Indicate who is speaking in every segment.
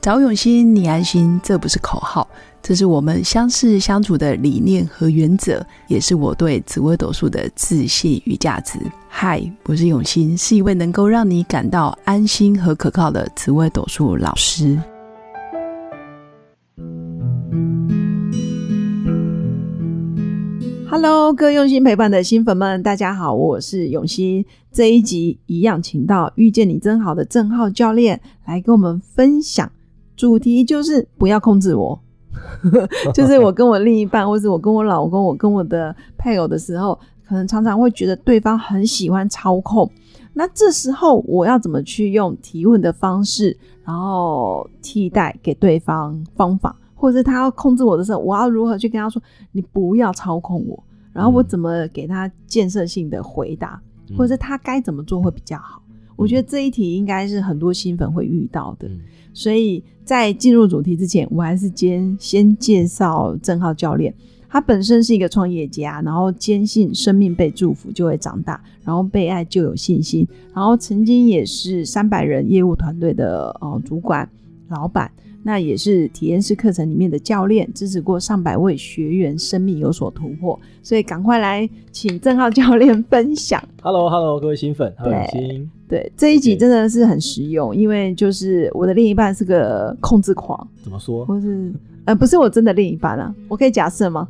Speaker 1: 找永新，你安心，这不是口号，这是我们相识相处的理念和原则，也是我对紫微斗数的自信与价值。嗨，我是永新，是一位能够让你感到安心和可靠的紫微斗数老师。
Speaker 2: Hello，各位用心陪伴的新粉们，大家好，我是永新。这一集一样，请到遇见你真好的郑浩教练来跟我们分享，主题就是不要控制我。 就是我跟我另一半，或是我跟我老公，我跟我的配偶的时候，可能常常会觉得对方很喜欢操控。那这时候我要怎么去用提问的方式，然后替代给对方方法，或者是他要控制我的时候，我要如何去跟他说你不要操控我，然后我怎么给他建设性的回答，
Speaker 3: 嗯
Speaker 2: 或者是他该怎么做会比较好？我觉得这一题应该是很多新粉会遇到的。
Speaker 3: 嗯
Speaker 2: 所以在进入主题之前，我还是先先介绍郑浩教练。他本身是一个创业家，然后坚信生命被祝福就会长大，然后被爱就有信心，然后曾经也是三百人业务团队的呃主管、老板，那也是体验式课程里面的教练，支持过上百位学员生命有所突破，所以赶快来请郑浩教练分享。
Speaker 3: Hello Hello，各位新粉，还有
Speaker 2: 对
Speaker 3: 永新，
Speaker 2: 对这一集
Speaker 3: 对
Speaker 2: 真的是很实用，因为就是我的另一半是个控制狂，
Speaker 3: 怎么说？
Speaker 2: 或是呃，不是我真的另一半啊，我可以假设吗？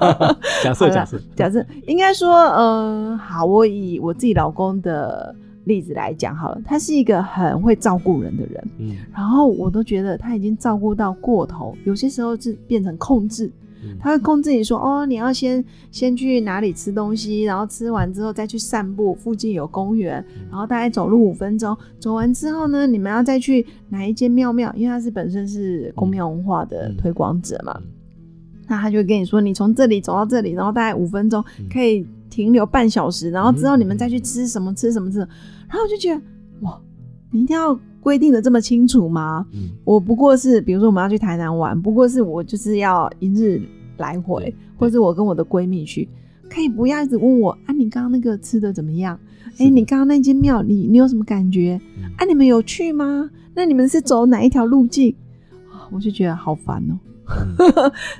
Speaker 3: 啊 可以
Speaker 2: 好
Speaker 3: 假设
Speaker 2: 啦
Speaker 3: 假设
Speaker 2: 假设应该说，嗯、好，我以我自己老公的例子来讲好了，他是一个很会照顾人的人，
Speaker 3: 嗯，
Speaker 2: 然后我都觉得他已经照顾到过头，有些时候是变成控制，
Speaker 3: 嗯
Speaker 2: 他会控制你说，哦，你要先先去哪里吃东西，然后吃完之后再去散步，附近有公园，
Speaker 3: 嗯
Speaker 2: 然后大概走路五分钟，走完之后呢，你们要再去哪一间庙庙，因为他是本身是公庙文化的
Speaker 3: 嗯
Speaker 2: 推广者嘛，
Speaker 3: 嗯
Speaker 2: 那他就会跟你说，你从这里走到这里，然后大概五分钟
Speaker 3: 嗯
Speaker 2: 可以停留半小时，然后之后
Speaker 3: 嗯
Speaker 2: 你们再去吃什么吃什么吃什么，然后我就觉得哇，你一定要规定的这么清楚吗？
Speaker 3: 嗯
Speaker 2: 我不过是，比如说我们要去台南玩，不过是我就是要一日来回
Speaker 3: 对，
Speaker 2: 或者我跟我的闺蜜去，可以不要一直问我啊，你刚刚那个吃的怎么样？
Speaker 3: 是
Speaker 2: 哎、
Speaker 3: 的
Speaker 2: 你刚刚那间庙，你你有什么感觉？
Speaker 3: 嗯
Speaker 2: 啊，你们有去吗？那你们是走哪一条路径？啊我就觉得好烦哦、
Speaker 3: 嗯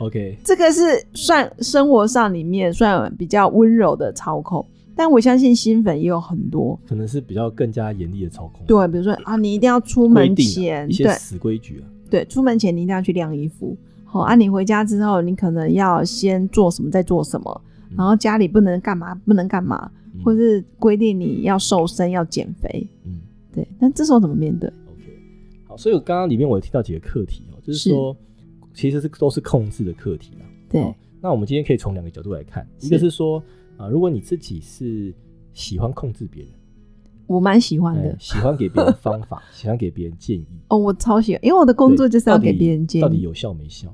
Speaker 3: OK，
Speaker 2: 这个是算生活上里面算比较温柔的操控，但我相信新粉也有很多，
Speaker 3: 可能是比较更加严厉的操控，
Speaker 2: 对，比如说啊，你一定要出
Speaker 3: 规
Speaker 2: 门
Speaker 3: 定啊
Speaker 2: 前，
Speaker 3: 一些
Speaker 2: 对，
Speaker 3: 死规矩啊，
Speaker 2: 对，出门前你一定要去晾衣服。好、啊，你回家之后，你可能要先做什么，再做什么，
Speaker 3: 嗯
Speaker 2: 然后家里不能干嘛，不能干嘛，
Speaker 3: 嗯
Speaker 2: 或是规定你要瘦身、要减肥。
Speaker 3: 嗯
Speaker 2: 对，那这时候怎么面对？
Speaker 3: OK，好，所以我刚刚里面我有听到几个课题哦，就是说其实是都是控制的课题啊。
Speaker 2: 对
Speaker 3: 哦，那我们今天可以从两个角度来看，一个
Speaker 2: 是
Speaker 3: 是说啊，如果你自己是喜欢控制别人，
Speaker 2: 我蛮喜欢的
Speaker 3: 哎。喜欢给别人方法， 喜欢给别人建议，
Speaker 2: 哦，我超喜欢，因为我的工作就是要给别人建
Speaker 3: 到底
Speaker 2: 议。
Speaker 3: 有效没效？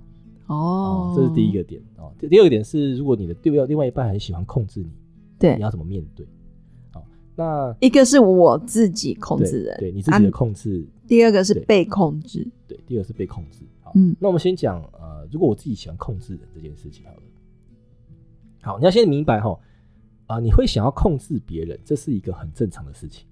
Speaker 2: 哦
Speaker 3: 哦，，这是第一。个点哦。第第二个点是，如果你的对另外一半很喜欢控制你，
Speaker 2: 对
Speaker 3: 你，要怎么面对？好，那
Speaker 2: 一个是我自己控
Speaker 3: 对
Speaker 2: 制人，
Speaker 3: 对你自
Speaker 2: 啊
Speaker 3: 己的控制，
Speaker 2: 第二个是
Speaker 3: 对
Speaker 2: 被控制。
Speaker 3: 对，第二个是被控制。好，
Speaker 2: 嗯
Speaker 3: 那我们先讲呃，如果我自己喜欢控制人这件事情好了。好，你要先明白哈，啊、你会想要控制别人，这是一个很正常的事情。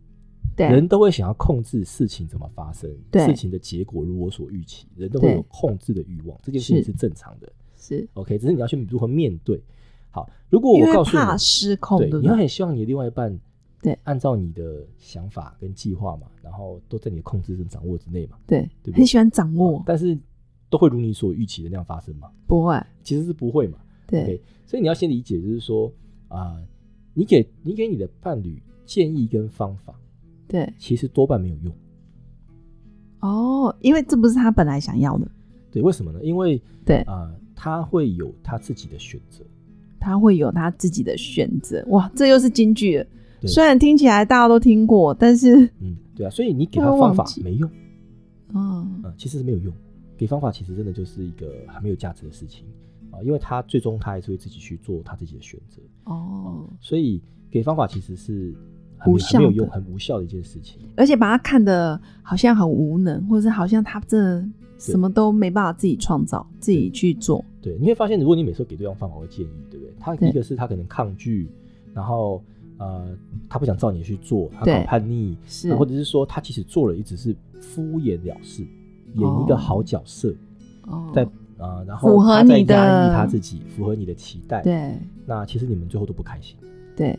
Speaker 2: 对
Speaker 3: 人都会想要控制事情怎么发生，
Speaker 2: 对
Speaker 3: 事情的结果如我所预期，人都会
Speaker 2: 对
Speaker 3: 有控制的欲望，这件事情
Speaker 2: 是
Speaker 3: 是正常的。
Speaker 2: 是
Speaker 3: OK，只是你要去如何面对。好，如果
Speaker 2: 因
Speaker 3: 我
Speaker 2: 为
Speaker 3: 告诉你，
Speaker 2: 怕失控，
Speaker 3: 对，
Speaker 2: 对不
Speaker 3: 你要
Speaker 2: 对？
Speaker 3: 很希望你的另外一半
Speaker 2: 对
Speaker 3: 按照你的想法跟计划嘛，然后都在你的控制跟掌握之内嘛。对
Speaker 2: 对，
Speaker 3: 不对
Speaker 2: 很喜欢掌握，
Speaker 3: 但是都会如你所预期的那样发生吗？
Speaker 2: 不会。
Speaker 3: 其实是不会嘛。
Speaker 2: 对
Speaker 3: OK，所以你要先理解，就是说啊、你给你给你的伴侣建议跟方法，
Speaker 2: 对。
Speaker 3: 其实多半没有用。
Speaker 2: 哦，因为这不是他本来想要的，
Speaker 3: 对，为什么呢？因为
Speaker 2: 对，
Speaker 3: 啊、他会有他自己的选择。
Speaker 2: 他会有他自己的选择。哇，这又是金句了，
Speaker 3: 对
Speaker 2: 虽然听起来大家都听过，但是，
Speaker 3: 嗯，对啊，所以你给
Speaker 2: 他
Speaker 3: 他
Speaker 2: 会
Speaker 3: 方
Speaker 2: 忘
Speaker 3: 法
Speaker 2: 记
Speaker 3: 没用。
Speaker 2: 嗯，
Speaker 3: 呃，其实是没有用。给方法其实真的就是一个很没有价值的事情啊、因为他最终他还是会自己去做他自己的选择，
Speaker 2: 哦，
Speaker 3: 所以给方法其实是很没
Speaker 2: 无效
Speaker 3: 很没有
Speaker 2: 的
Speaker 3: 用、很无效的一件事情。
Speaker 2: 而且把他看得好像很无能，或者是好像他真的什么都没办法自己创造、自己去做，
Speaker 3: 对，你会发现，如果你每次都给对方方法或建议，对不对？他
Speaker 2: 对
Speaker 3: 一个是他可能抗拒，然后呃，他不想照你去做，他
Speaker 2: 对
Speaker 3: 搞叛逆，
Speaker 2: 是
Speaker 3: 然后或者是说他其实做了，也只是敷衍了事，演一个好角色，
Speaker 1: 哦，
Speaker 3: 在啊、呃然
Speaker 2: 符
Speaker 3: 后
Speaker 2: 合
Speaker 3: 他在
Speaker 2: 你的
Speaker 3: 压抑他自己，符合你的期待。，
Speaker 1: 对
Speaker 3: 那其实你们最后都不开心。
Speaker 1: 对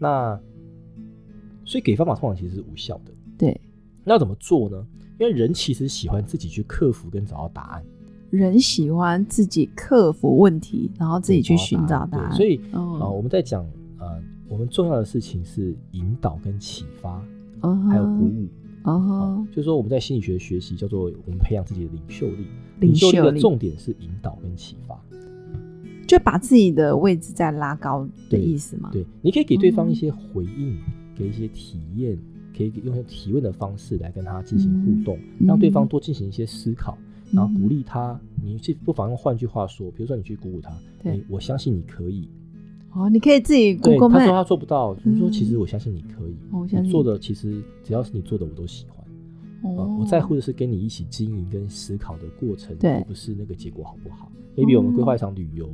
Speaker 3: 那所以给方法通常其实是无效的。
Speaker 1: 对，
Speaker 3: 那要怎么做呢？因为人其实喜欢自己去克服跟找到答案，
Speaker 1: 人喜欢自己克服问题，然后自己去寻找答案。
Speaker 3: 对所以
Speaker 2: 嗯
Speaker 3: 啊、呃
Speaker 1: 哦，
Speaker 3: 我们在讲呃，我们重要的事情是引导跟启发，
Speaker 1: 嗯哼，
Speaker 3: 还有鼓舞。
Speaker 1: 嗯
Speaker 3: 啊
Speaker 1: 哼，，
Speaker 3: 就是说我们在心理学学习叫做我们培养自己的领袖力，
Speaker 1: 领
Speaker 3: 袖
Speaker 1: 袖
Speaker 3: 力的
Speaker 1: 力
Speaker 3: 重点是引导跟启发。
Speaker 2: 就把自己的位置再拉高的
Speaker 3: 对
Speaker 2: 意思嘛。
Speaker 3: 对，你可以给对方
Speaker 1: 啊嗯
Speaker 3: 一些回应，给一些体验，可以给用提问的方式来跟他进行
Speaker 1: 嗯
Speaker 3: 互动，让对方
Speaker 1: 嗯
Speaker 3: 多进行一些思考，然后
Speaker 1: 嗯
Speaker 3: 鼓励他。你去不妨用换句话说，比如说你去鼓舞他，哎
Speaker 1: 对
Speaker 3: 你我相信你可以。
Speaker 2: 哦，你可以自己
Speaker 3: 对，
Speaker 2: Google
Speaker 3: 他说
Speaker 2: Map，
Speaker 3: 他做不到，你说其实
Speaker 1: 嗯
Speaker 3: 我相信你可以，
Speaker 1: 我相信
Speaker 3: 你
Speaker 1: 你
Speaker 3: 做的其实只要是你做的我都喜欢。呃，
Speaker 1: 哦
Speaker 3: 我在乎的是跟你一起经营跟思考的过程，
Speaker 1: 对
Speaker 3: 而不是那个结果好不好。maybe 我们规
Speaker 1: 哦
Speaker 3: 划一场旅游，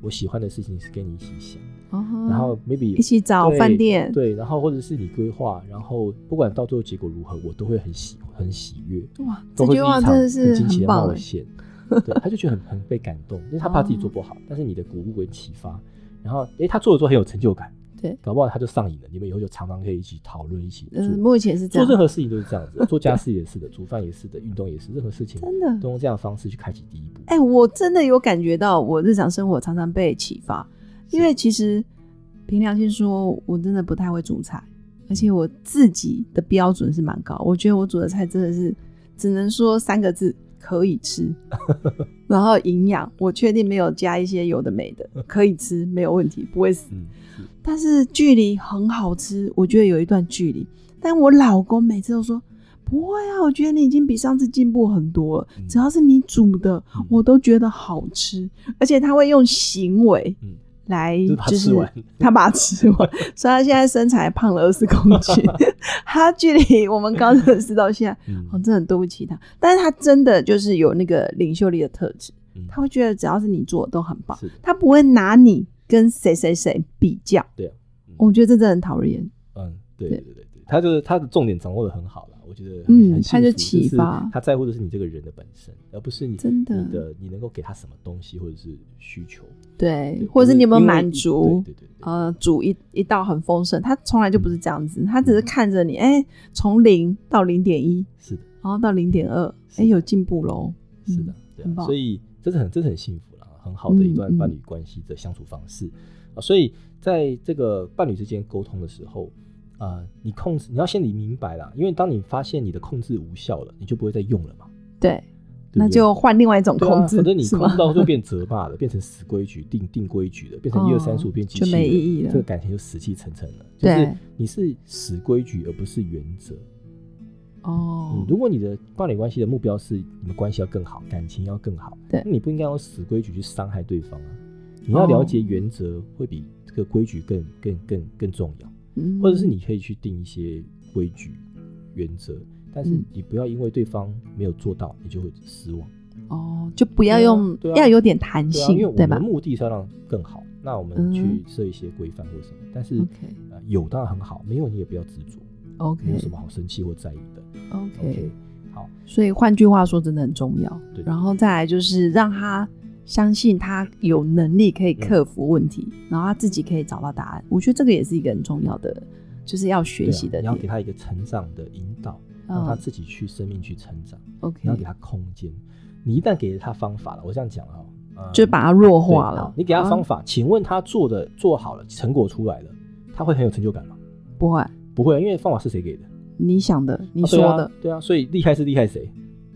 Speaker 3: 我喜欢的事情是跟你一起想，
Speaker 1: 嗯哼，
Speaker 3: 然后 maybe
Speaker 2: 一起找
Speaker 3: 对
Speaker 2: 饭店
Speaker 3: 对，然后或者是你规划，然后不管到最后结果如何，我都会很喜很喜悦，
Speaker 2: 哇，这
Speaker 3: 都会
Speaker 2: 句
Speaker 3: 是
Speaker 2: 话
Speaker 3: 一
Speaker 2: 真
Speaker 3: 场
Speaker 2: 的
Speaker 3: 很
Speaker 2: 是
Speaker 3: 惊奇
Speaker 2: 很
Speaker 3: 的
Speaker 2: 棒
Speaker 3: 冒
Speaker 2: 哎，
Speaker 3: 险。对，他就觉得很很 被感动，因为他怕自己做不好，但是你的鼓舞跟启发，然后诶，他做的时候很有成就感，
Speaker 1: 对，
Speaker 3: 搞不好他就上瘾了。你们以后就常常可以一起讨论，一起做。
Speaker 2: 嗯，目前是这
Speaker 3: 做任
Speaker 2: 样，
Speaker 3: 何事情都是这样子，做家事也是的，煮饭也是的，运动也是，任何事情
Speaker 2: 真的
Speaker 3: 都用这样的方式去开启第一步。
Speaker 2: 哎、我真的有感觉到，我日常生活常常被启发，因为其实凭良心说，我真的不太会煮菜，而且我自己的标准是蛮高，我觉得我煮的菜真的是只能说三个字：可以 吃，然后营养，我确定没有加一些有的没的，可以吃，没有问题，不会死。
Speaker 3: 嗯，是
Speaker 2: 但是距离很好吃，我觉得有一段距离。但我老公每次都说不会啊，我觉得你已经比上次进步很多了
Speaker 3: 嗯，
Speaker 2: 只要是你煮的，
Speaker 3: 嗯
Speaker 2: 我都觉得好吃。而且他会用行为
Speaker 3: 嗯
Speaker 2: 来
Speaker 3: 就是把它
Speaker 2: 就
Speaker 3: 吃
Speaker 2: 是
Speaker 3: 完
Speaker 2: 他把它吃完， 所以他现在身材胖了二十公斤， 他距离我们刚认识到现在，
Speaker 3: 嗯
Speaker 2: 我、真的很对不起他。但是他真的就是有那个领袖力的特质，
Speaker 3: 嗯
Speaker 2: 他会觉得只要是你做的都很棒，
Speaker 3: 是的，
Speaker 2: 他不会拿你跟谁谁谁比较。
Speaker 3: 对啊嗯
Speaker 2: 我觉得这真的很讨厌。
Speaker 3: 嗯，对
Speaker 2: 对
Speaker 3: 对对对，他就是他的重点掌握的很好了，我觉得
Speaker 2: 嗯
Speaker 3: 很幸
Speaker 2: 他就
Speaker 3: 福
Speaker 2: 启
Speaker 3: 就是
Speaker 2: 发
Speaker 3: 他在乎的是你这个人的本身，而不是你
Speaker 2: 真的
Speaker 3: 你的你能够给他什么东西或者是需求，
Speaker 2: 对
Speaker 3: 对，
Speaker 2: 或者是你有没有
Speaker 3: 因为
Speaker 2: 满足？
Speaker 3: 对对对对，
Speaker 2: 呃，煮一一道很丰盛，他从来就不是这样子，他
Speaker 3: 嗯
Speaker 2: 只是看着你，哎、从零到零点一，
Speaker 3: 是的，
Speaker 2: 然后到零点二，哎，
Speaker 3: 是
Speaker 2: 有进步喽。
Speaker 3: 是的，
Speaker 2: 嗯
Speaker 3: 对
Speaker 2: 很
Speaker 3: 啊，
Speaker 2: 棒
Speaker 3: 所以这是很这是很幸福啦，很好的一段
Speaker 2: 嗯嗯
Speaker 3: 伴侣关系的相处方式啊。所以在这个伴侣之间沟通的时候，啊、你控制你要先理明白啦，因为当你发现你的控制无效了，你就不会再用了嘛，
Speaker 2: 对，
Speaker 3: 对不
Speaker 2: 那
Speaker 3: 对
Speaker 2: 就换另外一种
Speaker 3: 对
Speaker 2: 控
Speaker 3: 啊，
Speaker 2: 制，
Speaker 3: 反正你
Speaker 2: 是
Speaker 3: 控
Speaker 2: 吗
Speaker 3: 制？到就变责骂了，变成死规矩、定定规矩的，变成一二三四五变机器
Speaker 2: 哦就没
Speaker 3: 人
Speaker 2: 意义了
Speaker 3: 这个感情就死气沉沉了。就是
Speaker 2: 对
Speaker 3: 你是死规矩，而不是原则。嗯
Speaker 1: 哦，，
Speaker 3: 如果你的伴侣关系的目标是你们关系要更好，感情要更好，
Speaker 1: 对
Speaker 3: 那你不应该用死规矩去伤害对方啊。你
Speaker 2: 哦
Speaker 3: 要了解原则会比这个规矩更更更更重要，
Speaker 2: 嗯
Speaker 3: 或者是你可以去定一些规矩、原则，但是
Speaker 1: 嗯
Speaker 3: 你不要因为对方没有做到，你就会失望。
Speaker 1: 哦，
Speaker 2: 就不要用，
Speaker 3: 对啊对
Speaker 2: 要
Speaker 3: 啊
Speaker 2: 有点弹
Speaker 3: 对啊，因为
Speaker 2: 性，
Speaker 3: 我
Speaker 2: 对
Speaker 3: 们的
Speaker 2: 吧
Speaker 3: 目的是要让更好，那我们去设一些规范或什么，但是、
Speaker 1: 嗯？OK
Speaker 3: 呃有当然很好，没有你也不要执着，没有
Speaker 1: OK
Speaker 3: 什么好生气或在意的。
Speaker 1: OK，
Speaker 3: OK，好，
Speaker 1: 所以换句话说，真的很重要。
Speaker 3: 对
Speaker 1: 然后再来就是让他相信他有能力可以
Speaker 3: 嗯
Speaker 1: 克服问题，然后他自己可以找到答案。我觉得这个也是一个很重要的，就是要学习
Speaker 3: 对啊
Speaker 1: 的
Speaker 3: 你
Speaker 1: 点
Speaker 3: 要。给他一个成长的引导，让他
Speaker 1: 嗯
Speaker 3: 自己去生命去成长，你要给
Speaker 1: ，OK，
Speaker 3: 他空间。你一旦给了他方法了，我这样讲了哈，呃
Speaker 1: 就把它弱
Speaker 3: 对
Speaker 1: 化
Speaker 3: 好
Speaker 1: 了。
Speaker 3: 你给他
Speaker 1: 啊
Speaker 3: 方法，请问他做的做好了，成果出来了，他会很有成就感吗？
Speaker 1: 啊不会，
Speaker 3: 不会，因为方法是谁给的？
Speaker 1: 你想的，你
Speaker 3: 啊对
Speaker 1: 说
Speaker 3: 啊
Speaker 1: 的，
Speaker 3: 对啊，所以厉害是厉害谁？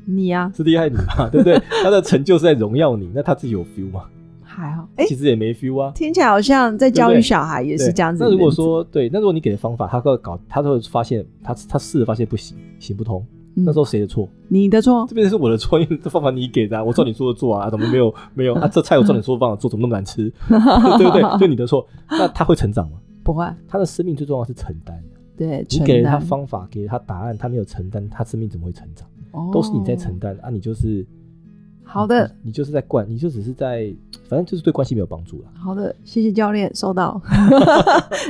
Speaker 1: 你啊呀
Speaker 3: 是厉害你嘛，对不对？他的成就是在荣耀你，那他自己有 feel 吗？
Speaker 1: 还好。
Speaker 2: 哎
Speaker 3: 其实也没 feel 啊。
Speaker 2: 听起来好像在教
Speaker 3: 对
Speaker 2: 育
Speaker 3: 不对
Speaker 2: 小孩也是
Speaker 3: 对
Speaker 2: 这样子的
Speaker 3: 那
Speaker 2: 原则。
Speaker 3: 如果说对，那如果你给的方法，他会搞，他都会发现，他他试了发现不行，行不通。
Speaker 1: 嗯
Speaker 3: 那时候谁的错？
Speaker 2: 你的错
Speaker 3: 这，边是我的错，因为这方法你给的、啊，我照你说的做啊，怎么没有没有啊？这菜我照你说的方法做，怎么那么难吃？ 对不对？就你的错，那他会成长吗？
Speaker 1: 不会，
Speaker 3: 他的生命最重要是承担。
Speaker 1: 对，
Speaker 3: 你
Speaker 1: 承
Speaker 3: 给了他
Speaker 1: 担
Speaker 3: 方法，
Speaker 1: 哦
Speaker 3: 给了他答案，他没有承担，他生命怎么会成长？都是你在承，担啊，你就是
Speaker 2: 好的，
Speaker 3: 你就是在惯，你就只是在，反正就是对关系没有帮助啦。
Speaker 2: 好的，谢谢教练，收 到，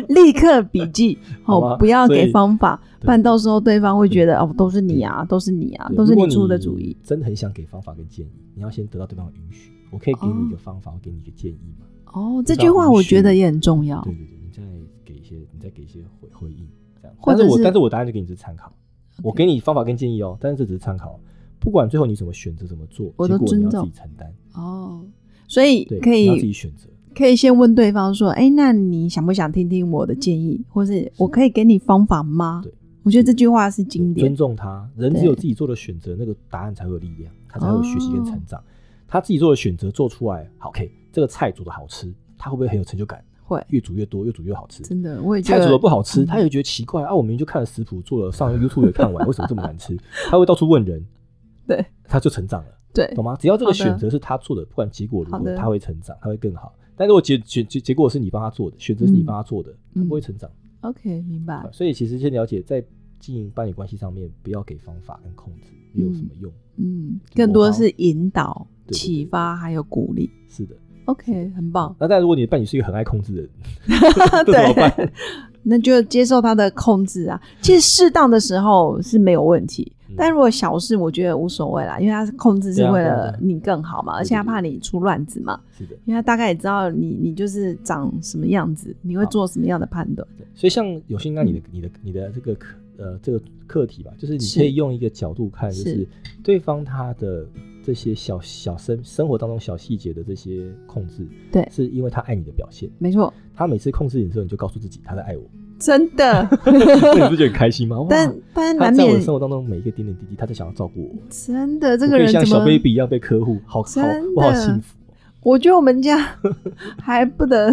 Speaker 2: 立刻笔记
Speaker 3: 好
Speaker 2: 哦
Speaker 3: 吧，
Speaker 2: 不要
Speaker 3: 所
Speaker 2: 给
Speaker 3: 以
Speaker 2: 方法，
Speaker 3: 对
Speaker 2: 不然到时候对方会觉得哦，都是你啊，都是你啊，
Speaker 3: 对
Speaker 2: 都是
Speaker 3: 如果
Speaker 2: 你
Speaker 3: 你
Speaker 2: 出的主意。
Speaker 3: 真的很想给方法跟建议，你要先得到对方的允许。我可以给你一个方法，我给你一个建议嘛？
Speaker 2: 哦，这句话我觉得也很重要。
Speaker 3: 对对对，你再给一些，你再给一些回回应，这样。
Speaker 2: 或
Speaker 3: 但
Speaker 2: 者
Speaker 3: 是我
Speaker 2: 是
Speaker 3: 但是我答案就给你是参考，我给你方法跟建议哦，但是这只是参考，不管最后你怎么选择怎么做，
Speaker 2: 我都
Speaker 3: 结果你
Speaker 2: 尊
Speaker 3: 要
Speaker 2: 重
Speaker 3: 自己承担，
Speaker 2: 哦，所以
Speaker 3: 对，
Speaker 2: 可
Speaker 3: 你要自己
Speaker 2: 以
Speaker 3: 选择。
Speaker 2: 可以先问对方说，哎，那你想不想听听我的建议，或是我可以给你方法吗
Speaker 3: 对？
Speaker 2: 我觉得这句话是经典
Speaker 3: 尊。重他。人只有自己做的选择，那个答案才会有力量，他才会有学习跟成
Speaker 2: 哦
Speaker 3: 长。他自己做的选择做出来，好，OK，这个菜煮的好吃，他会不会很有成就感？
Speaker 2: 会
Speaker 3: 越煮越多，越煮越好吃。
Speaker 2: 真的，嗯我也觉
Speaker 3: 菜煮的
Speaker 2: 得
Speaker 3: 不好吃，他也觉得奇怪啊！我明明就看了食谱做了，上 YouTube 也看完，为什么这么难吃？他会到处问人，
Speaker 2: 对，
Speaker 3: 他就成长了，
Speaker 2: 对，
Speaker 3: 懂吗？只要这
Speaker 2: 好
Speaker 3: 个
Speaker 2: 的
Speaker 3: 选择是他做的，不管结果如
Speaker 2: 哎好
Speaker 3: 何，
Speaker 2: 的
Speaker 3: 他会成长，他会更好。但如果结结结结果是你帮他做的，选择是你
Speaker 2: 嗯
Speaker 3: 帮他做的，他
Speaker 2: 嗯
Speaker 3: 不会成长。
Speaker 2: OK，明白。
Speaker 3: 啊所以其实先了解，在经营伴侣关系上面，不要给方法跟控制，没有什么用。
Speaker 2: 嗯，
Speaker 3: 就
Speaker 2: 更
Speaker 3: 模
Speaker 2: 多
Speaker 3: 仿
Speaker 2: 是引导、
Speaker 3: 对对
Speaker 2: 启
Speaker 3: 对
Speaker 2: 发还有鼓励。
Speaker 3: 是的，
Speaker 2: OK，很棒。
Speaker 3: 那但如果你的伴侣是一个很爱控制 的人，这怎么
Speaker 2: 对
Speaker 3: 办？，
Speaker 2: 那就接受他的控制啊。其实适当的时候是没有问题，
Speaker 3: 嗯
Speaker 2: 但如果小事，我觉得无所谓啦，因为他是控制是
Speaker 3: 对啊
Speaker 2: 为
Speaker 3: 对啊
Speaker 2: 了
Speaker 3: 对啊
Speaker 2: 你更好嘛，而且他怕你出乱子嘛，
Speaker 3: 是的，
Speaker 2: 因为他大概也知道你你就是长什么样子，你会
Speaker 3: 好
Speaker 2: 做什么样的判断。
Speaker 3: 对。所以像有些刚你的、你的、你的这个课呃这个课题吧，就是你
Speaker 2: 嗯是
Speaker 3: 可以用一个角度看，就是是对方他的这些小小生生活当中小细节的这些控制，
Speaker 2: 对
Speaker 3: 是因为他爱你的表现。
Speaker 2: 没错，
Speaker 3: 他每次控制你的时候，你就告诉自己他在 爱我，
Speaker 2: 真 的，
Speaker 3: 那你不觉得很开心吗？哇
Speaker 2: 但但
Speaker 3: 他
Speaker 2: 难
Speaker 3: 在我
Speaker 2: 免
Speaker 3: 的生活当中每一个点点滴滴，他都想要照顾我。
Speaker 2: 真的这
Speaker 3: 我
Speaker 2: 个
Speaker 3: 可以
Speaker 2: 人
Speaker 3: 像
Speaker 2: 怎
Speaker 3: 小
Speaker 2: 么？
Speaker 3: baby 一样被呵护，好好
Speaker 2: 真，
Speaker 3: 我好
Speaker 2: 的
Speaker 3: 幸福哦。
Speaker 2: 我觉得我们家还不得，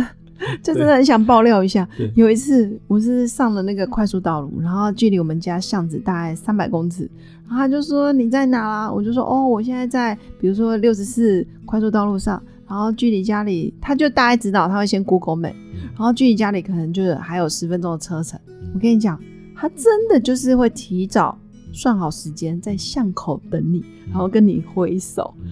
Speaker 2: 就真的很想爆料一下
Speaker 3: 对。
Speaker 2: 有一次，我是上了那个快速道路，然后距离我们家巷子大概三百公尺，然后他就说你在哪啦？我就说哦，我现在在，比如说六十四快速道路上，然后距离家里，他就大概知道，他会先 Google 美，然后距离家里可能就是还有十分钟的车程。我跟你讲，他真的就是会提早算好时间，在巷口等你，然后跟你挥手。
Speaker 3: 嗯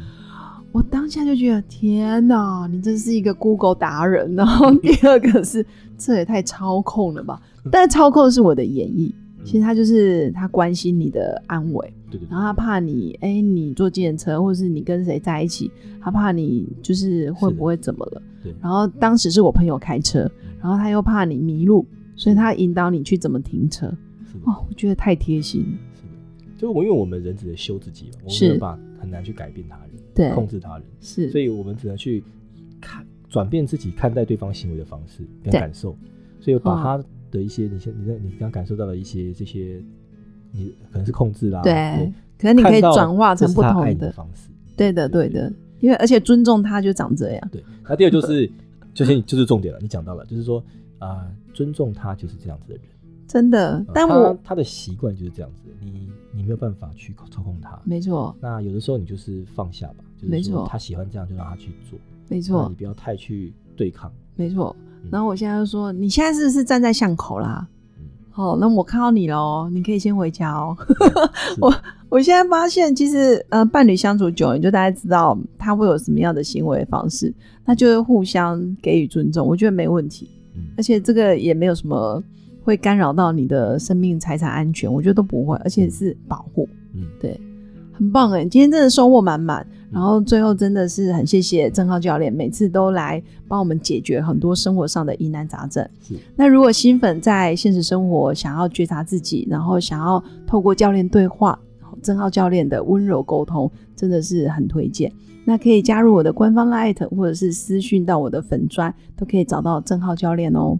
Speaker 2: 我当下就觉得天哪，你真是一个 Google 达人。然后 第二个是，这也太操控了吧？
Speaker 3: 嗯
Speaker 2: 但操控是我的演绎，其实他就是他关心你的安危，
Speaker 3: 对对对
Speaker 2: 然后他怕你，哎、你坐计程车，或是你跟谁在一起，他怕你就是会不会怎么了。
Speaker 3: 对嗯
Speaker 2: 然后当时是我朋友开车，然后他又怕你迷路，所以他引导你去怎么停车。
Speaker 3: 是的，
Speaker 2: 哦，我觉得太贴心了。
Speaker 3: 是的，就我因为我们人只能修自己嘛，我们
Speaker 2: 是
Speaker 3: 没有办法很难去改变他人，
Speaker 2: 对，
Speaker 3: 控制他人，
Speaker 2: 是，
Speaker 3: 所以我们只能去看转变自己看待对方行为的方式跟
Speaker 2: 对哦
Speaker 3: 感受，所以把他的一些你现你的你刚感受到的一以这些，你可能是控制啦，
Speaker 2: 对，可能你可以
Speaker 3: 看到
Speaker 2: 转化
Speaker 3: 这
Speaker 2: 成
Speaker 3: 是
Speaker 2: 不
Speaker 3: 他爱
Speaker 2: 同
Speaker 3: 你的
Speaker 2: 的。
Speaker 3: 方式。
Speaker 2: 对的，对
Speaker 3: 对
Speaker 2: 的，因为而且尊重他就长这样，
Speaker 3: 对，那第二就是，就是就是重点了，你讲到了，就是说啊、尊重他就是这样子的人，
Speaker 2: 真的
Speaker 3: 呃。
Speaker 2: 但
Speaker 3: 他
Speaker 2: 我
Speaker 3: 他的习惯就是这样子的，你你没有办法去操控他。
Speaker 2: 没错，
Speaker 3: 那有的时候你就是放下吧，就
Speaker 2: 没
Speaker 3: 是说
Speaker 2: 错
Speaker 3: 他喜欢这样就让他去做，
Speaker 2: 没
Speaker 3: 那
Speaker 2: 错
Speaker 3: 你，不要太去对抗。
Speaker 2: 没错
Speaker 3: 嗯。
Speaker 2: 然后我现在就说，你现在是不是站在巷口啦？
Speaker 3: 嗯，
Speaker 2: 哦，那我看到你喽，你可以先回家哦。
Speaker 3: 是
Speaker 2: 我我现在发现，其实呃，伴侣相处久了，你就大概知道他会有什么样的行为方式，那就会互相给予尊重，我觉得没问题。
Speaker 3: 嗯
Speaker 2: 而且这个也没有什么会干扰到你的生命财产安全，我觉得都不会，而且是保护。
Speaker 3: 嗯
Speaker 2: 对，很棒哎，今天真的收获满满。然后最后真的是很谢谢郑浩教练，每次都来帮我们解决很多生活上的疑难杂症。
Speaker 3: 是
Speaker 2: 那如果新粉在现实生活想要觉察自己，然后想要透过教练对话，郑浩教练的温柔沟通真的是很推荐。那可以加入我的官方 Light，或者是私讯到我的粉砖，都可以找到郑浩教练哦。